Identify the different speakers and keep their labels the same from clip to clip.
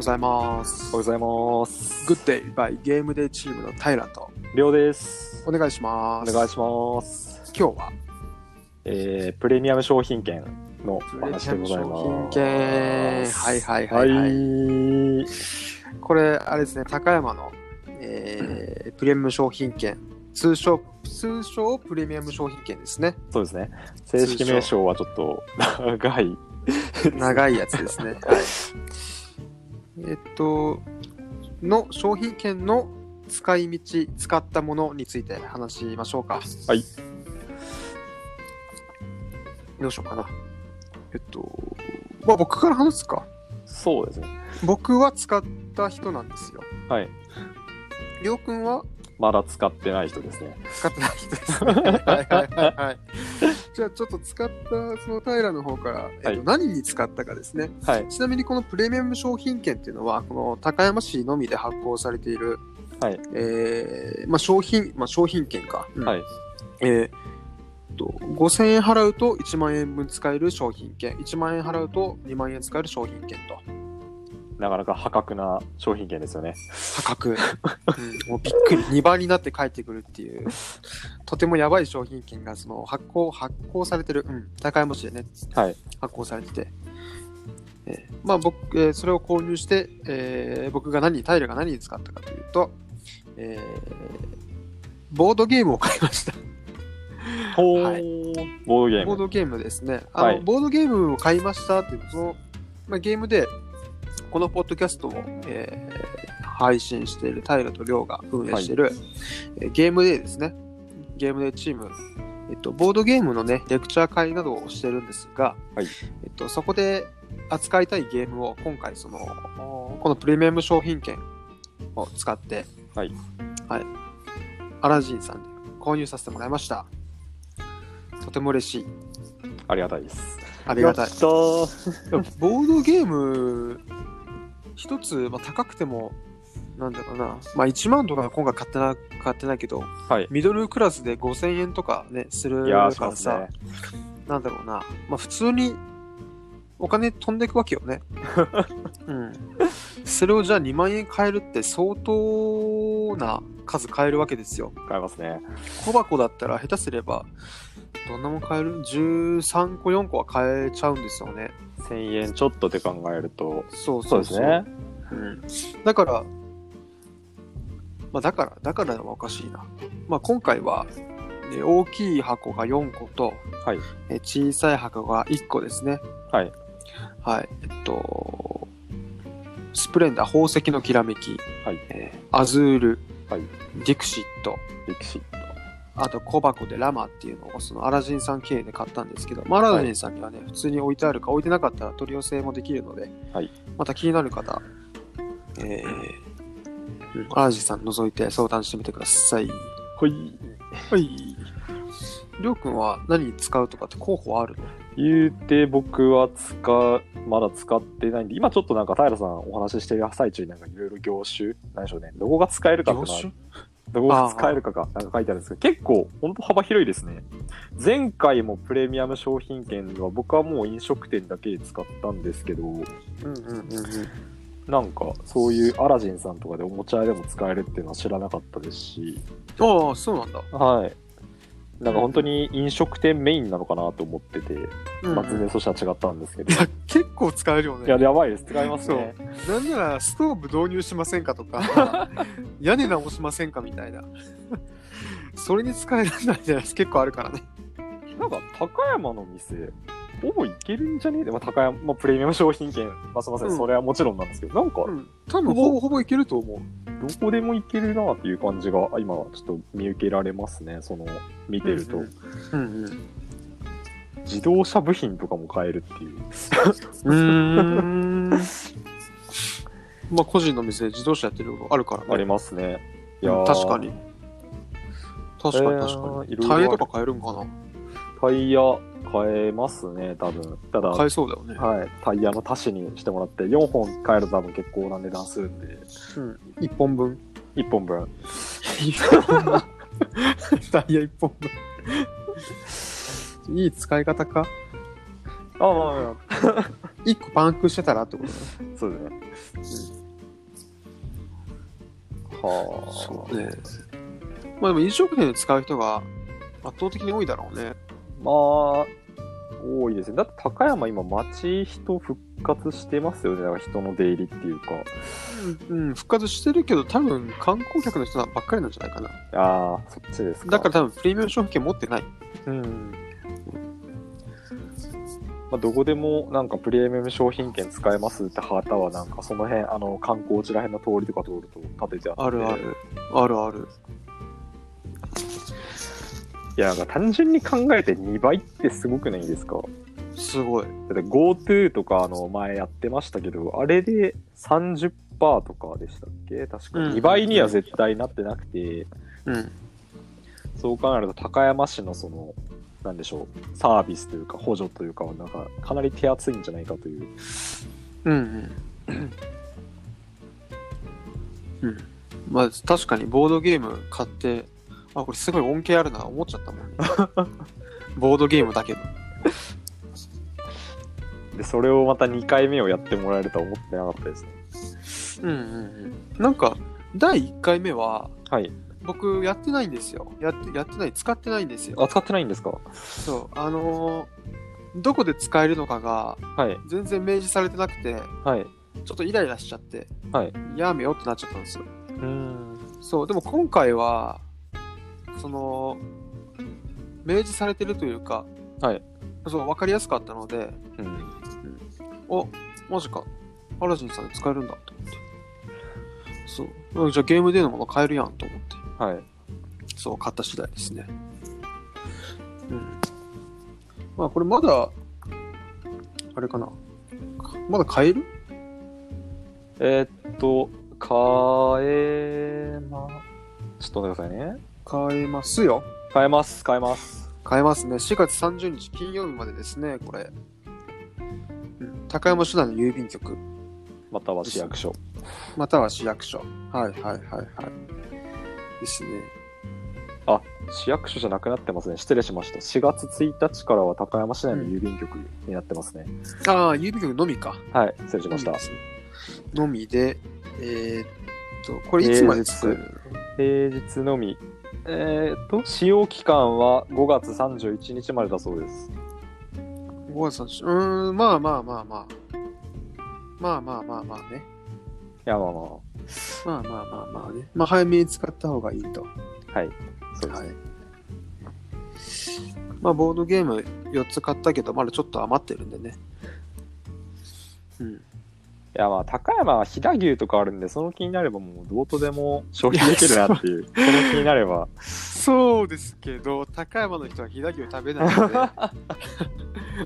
Speaker 1: ざいます。
Speaker 2: おはようございます。
Speaker 1: グッデイバイゲームデイチームのタイランと
Speaker 2: りょうです。
Speaker 1: お願いしま
Speaker 2: お
Speaker 1: す。
Speaker 2: 願いします。
Speaker 1: ます。今日は
Speaker 2: えー、プレミアム商品券のお
Speaker 1: プレ
Speaker 2: 話
Speaker 1: ジ
Speaker 2: で
Speaker 1: ャム
Speaker 2: ございます。
Speaker 1: 商品券。はいはい
Speaker 2: は。
Speaker 1: はいい、はいこれ、あれですね、高山の、えー プレミアム商品券、通称、通称プレミアム商品券ですね。
Speaker 2: そうですね。正式名称はちょっと長い。
Speaker 1: 長いやつ ですね。はい、えっと、の商品券の使い道、使ったものについて話しましょうか。
Speaker 2: はい。
Speaker 1: どうしようかな。えっと、まあ、僕から話すか。
Speaker 2: そうですね。
Speaker 1: 僕は使った人なんですよ。
Speaker 2: はい。
Speaker 1: りょうくんは
Speaker 2: まだ使ってない人ですね。
Speaker 1: 使ってない人です、ね。はいはいはいはい。じゃあちょっと使ったその平の方から、えっと
Speaker 2: はい
Speaker 1: 何に使ったかですね。
Speaker 2: はい。
Speaker 1: ちなみにこのプレミアム商品券っていうのはこの高山市のみで発行されている、
Speaker 2: はい
Speaker 1: えーまあ、商品、まあ、商品券か、うん
Speaker 2: はい。
Speaker 1: えーと5000円払うと1万円分使える商品券1万円払うと2万円使える商品券と
Speaker 2: なかなか破格な商品券ですよね。
Speaker 1: 破格、うん、もうびっくり2倍になって帰ってくるっていうとてもやばい商品券がその発行発行されてる、うん、高山市でね
Speaker 2: はい。
Speaker 1: 発行されてて、えーまあ僕えーそれを購入して、えー僕が何タイルが何に使ったかというと、えーボードゲームを買いました
Speaker 2: ほー、
Speaker 1: はい
Speaker 2: ボードゲー
Speaker 1: ボー
Speaker 2: ム。
Speaker 1: ドゲームですねあの、
Speaker 2: はい
Speaker 1: ボードゲームを買いましたっていうその、まあ、ゲームでこのポッドキャストを、えー配信しているタイルとリョウが運営している、えーゲームデーですねゲームデーチームえっと、ボードゲームのね、レクチャー会などをしてるんですが、
Speaker 2: はい
Speaker 1: えっと、そこで扱いたいゲームを今回、その、このプレミアム商品券を使って、
Speaker 2: はい。
Speaker 1: はい。アラジンさんで購入させてもらいました。とても嬉しい。
Speaker 2: ありがたいです。
Speaker 1: あ
Speaker 2: あ
Speaker 1: りがたい
Speaker 2: やっ。と
Speaker 1: ボードゲーム、一つ、まあ、高くても、なんだろうな、まあ、1万とか今回買ってな、買ってないけど、
Speaker 2: はい。
Speaker 1: ミドルクラスで5000円とかね、する
Speaker 2: いや
Speaker 1: か
Speaker 2: ー、しま
Speaker 1: ら
Speaker 2: す
Speaker 1: さ
Speaker 2: ね、。
Speaker 1: なんだろうな、まあ、普通にお金飛んでいくわけよ ね。うん。それをじゃあ2万円買えるって相当な数買えるわけですよ。
Speaker 2: 買いますね。
Speaker 1: 小箱だったら下手すれば、どんなもん買える ?13 個4個は買えちゃうんですよね。
Speaker 2: 1000円ちょっとで考えると、
Speaker 1: そう
Speaker 2: そ
Speaker 1: そうう
Speaker 2: で
Speaker 1: そう
Speaker 2: すね。
Speaker 1: うん、だから、まあ、だから、だからはおかしいな。まあ、今回は、え大きい箱が4個と、
Speaker 2: はい
Speaker 1: え小さい箱が1個ですね。
Speaker 2: はい。
Speaker 1: はい。えっと、スプレンダー、宝石のきらめき、
Speaker 2: はい
Speaker 1: えーアズール、
Speaker 2: はい
Speaker 1: ディクシット、
Speaker 2: 力士。
Speaker 1: あと小箱でラマっていうのをそのアラジンさん経由で買ったんですけど、まあ、アラジンさんにはね、普通に置いてあるか置いてなかったら取り寄せもできるので、
Speaker 2: はい
Speaker 1: また気になる方、えーうんアラジンさん覗いて相談してみてください。
Speaker 2: ほい。
Speaker 1: はい。りょうくんは何使うとかって候補あるの
Speaker 2: 言うて僕は使、まだ使ってないんで、今ちょっとなんか平さんお話ししてる最中になんかいろいろ業種、なんでしょうね。どこが使えるかっていうのはどこが使えるかがなんか書いてあるんですけど、結構本当幅広いですね。前回もプレミアム商品券は僕はもう飲食店だけで使ったんですけど、
Speaker 1: うんうんうんうん。
Speaker 2: なんかそういうアラジンさんとかでおもちゃ屋でも使えるっていうのは知らなかったですし、
Speaker 1: ああ、そうなんだ。
Speaker 2: はい。なんか本当に飲食店メインなのかなと思ってて、まあ全然そしたら違ったんですけど
Speaker 1: い。や、結構使えるよね。
Speaker 2: いや、やばいです。使いますね。
Speaker 1: なんならストーブ導入しませんかと か屋根直しませんかみたいなそれに使えるんだじゃないです結構あるからね
Speaker 2: なんか、高山の店、ほぼいけるんじゃねえでも、高山、まあ、プレミアム商品券、まあ、すいません、
Speaker 1: うん
Speaker 2: それはもちろんなんですけど、なんか、
Speaker 1: うん多分
Speaker 2: ほぼ
Speaker 1: ほぼほぼいけると思う
Speaker 2: どこでもいけるなっていう感じが、今、ちょっと見受けられますね、その、見てると。
Speaker 1: うんうん
Speaker 2: 自動車部品とかも買えるっていう。
Speaker 1: うんうーん まあ個人の店で自動車やってることあるからね
Speaker 2: ありますね。いや
Speaker 1: うん
Speaker 2: ー
Speaker 1: 確かに。確かに確か
Speaker 2: えー
Speaker 1: に、
Speaker 2: いろいろあ
Speaker 1: タイ
Speaker 2: る
Speaker 1: ヤとか買えるんかな
Speaker 2: タイヤ買えますね、多分。ただ、
Speaker 1: 買えそうだよね、
Speaker 2: はい、タイヤの足しにしてもらって、4本買えると多分結構な値段するんで、
Speaker 1: うん、1本 分
Speaker 2: 1本分。
Speaker 1: タイヤ1本分いい使い方か
Speaker 2: ああ、
Speaker 1: 一個パンクしてたらってことね。
Speaker 2: そうだね。はあ。
Speaker 1: そうね。まあでも飲食店で使う人が圧倒的に多いだろうね。
Speaker 2: まあ、多いですね。だって高山今街人復活してますよね。だから人の出入りっていうか。
Speaker 1: うん、復活してるけど、多分観光客の人ばっかりなんじゃないかな。
Speaker 2: ああ、そっちですか。
Speaker 1: だから多分プレミアム商品券持ってない。
Speaker 2: うん。まあ、どこでもなんかプレミアム商品券使えますって旗はなんかその辺、あの観光地ら辺の通りとか通ると立ててあって。
Speaker 1: あるある。あるある。
Speaker 2: いや、なんか単純に考えて2倍ってすごくないですか
Speaker 1: すごい。
Speaker 2: だって GoTo とかあの前やってましたけど、あれで30%とかでしたっけ確か
Speaker 1: うん
Speaker 2: 2倍には絶対なってなくて、
Speaker 1: うん。
Speaker 2: そう考えると高山市のその、なんでしょう、サービスというか補助というかはなんかかなり手厚いんじゃないかという。
Speaker 1: うんうん。うん。まあ確かにボードゲーム買って、あ、これすごい恩恵あるな、思っちゃったも んね。ボードゲームだけど。
Speaker 2: で、それをまた2回目をやってもらえるとは思ってなかったですね。
Speaker 1: うんうんうん。なんか、第1回目は、
Speaker 2: はい。
Speaker 1: 僕やってないんですよ。やって、やってない、使ってないんですよ。
Speaker 2: 扱ってないんですか
Speaker 1: そう。あのーどこで使えるのかが
Speaker 2: はい。
Speaker 1: 全然明示されてなくて、
Speaker 2: はい。
Speaker 1: ちょっとイライラしちゃって、
Speaker 2: はい。
Speaker 1: やめようってなっちゃったんですよ。
Speaker 2: うん。
Speaker 1: そう、でも今回は、その、明示されてるというか、
Speaker 2: はい。
Speaker 1: そう、わかりやすかったので、
Speaker 2: うん。
Speaker 1: お、マジか。アラジンさんで使えるんだと思って。そううん。じゃあゲームでのもの買えるやんと思って。
Speaker 2: はい。
Speaker 1: そう、買った次第ですね。うん。まあこれまだ、あれかな。まだ買える
Speaker 2: えーっと、かえま、ちょっと待ってくださいね。
Speaker 1: 買えますよ。
Speaker 2: 変えます、変えます。
Speaker 1: 買えますね。4月30日金曜日までですね、これ。うん高山市内の郵便局、
Speaker 2: または市役所。
Speaker 1: または市役所。はいはいはいはい。ですね。
Speaker 2: あ、市役所じゃなくなってますね。失礼しました。4月1日からは高山市内の郵便局になってますね。
Speaker 1: ああ、郵便局のみか。
Speaker 2: はい、失礼しました
Speaker 1: のみで。すねのみで、えーっと、これいつまで作る
Speaker 2: 平日のみ。えーっと、使用期間は5月31日までだそうです。
Speaker 1: ?5 月3日。うーん、まあまあまあまあ。まあまあまあまあね。
Speaker 2: いや、まあまあ、
Speaker 1: まあまあまあまあね。まあ早めに使った方がいいと。
Speaker 2: はい。そうです
Speaker 1: は
Speaker 2: ね。
Speaker 1: い。まあ、ボードゲーム4つ買ったけど、まだちょっと余ってるんでね。うん。
Speaker 2: いやまあ高山は飛騨牛とかあるんでその気になればもうどうとでも消費できるなって いうその気になれば
Speaker 1: そうですけど、高山の人は飛騨牛食べないので。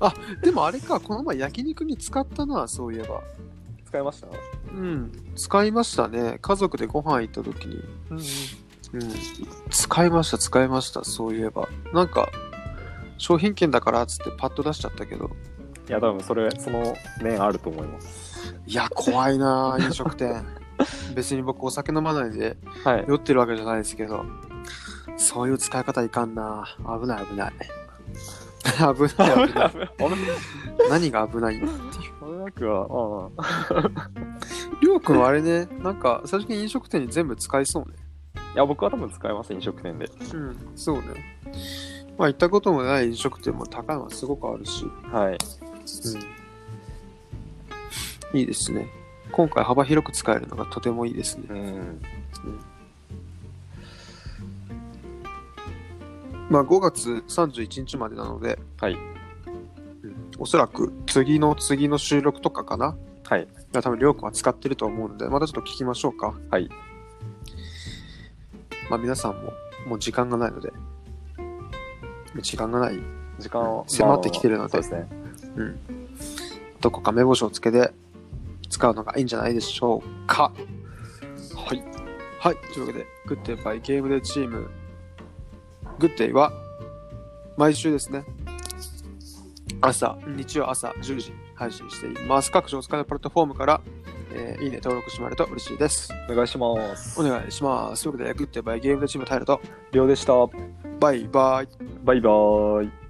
Speaker 1: あ、 でもあれか、この前焼肉に使ったな、そういえば。
Speaker 2: 使いました
Speaker 1: うん、使いましたね。家族でご飯行った時に。
Speaker 2: う
Speaker 1: う
Speaker 2: ん
Speaker 1: ん、使いました、使いました、そういえば。なんか、商品券だからっつってパッと出しちゃったけど、
Speaker 2: いや多分それその面あると思います
Speaker 1: いや、怖い なあ飲食店。別に僕お酒飲まないで
Speaker 2: はい
Speaker 1: 酔ってるわけじゃないですけど、そういう使い方いかんなあ危ない危ない。 危ない危ない。何が危ないんだ
Speaker 2: この額はああ
Speaker 1: りょうくんはあれね、なんか最初に飲食店に全部使いそうね。
Speaker 2: いや僕は多分使います飲食店で
Speaker 1: うん、そうね。まあ行ったこともない飲食店も高いのはすごくあるし、
Speaker 2: はい
Speaker 1: うん、いいですね。今回幅広く使えるのがとてもいいですね。
Speaker 2: うん
Speaker 1: まあ、5月31日までなので、
Speaker 2: はい
Speaker 1: うんおそらく次の次の収録とかかな。
Speaker 2: はい
Speaker 1: 多分、りょうくんは使ってると思うので、またちょっと聞きましょうか。
Speaker 2: はい。
Speaker 1: まあ、皆さんも、もう時間がないので、時間がない、
Speaker 2: 時間を
Speaker 1: 迫ってきてるので
Speaker 2: そうですね
Speaker 1: どこか目星をつけて使うのがいいんじゃないでしょうか。はい。はい。というわけで、グッデイバイゲームでチーム、グッデイは、毎週ですね、朝、日曜朝10時配信しています。各種お使いのプラットフォームから、えーいいね、登録してもらえると嬉しいです。
Speaker 2: お願いします
Speaker 1: お願いします。というわけで、グッデイバイゲームでチーム、タイラと、
Speaker 2: りょうでした
Speaker 1: バイバイ。
Speaker 2: バイバーイ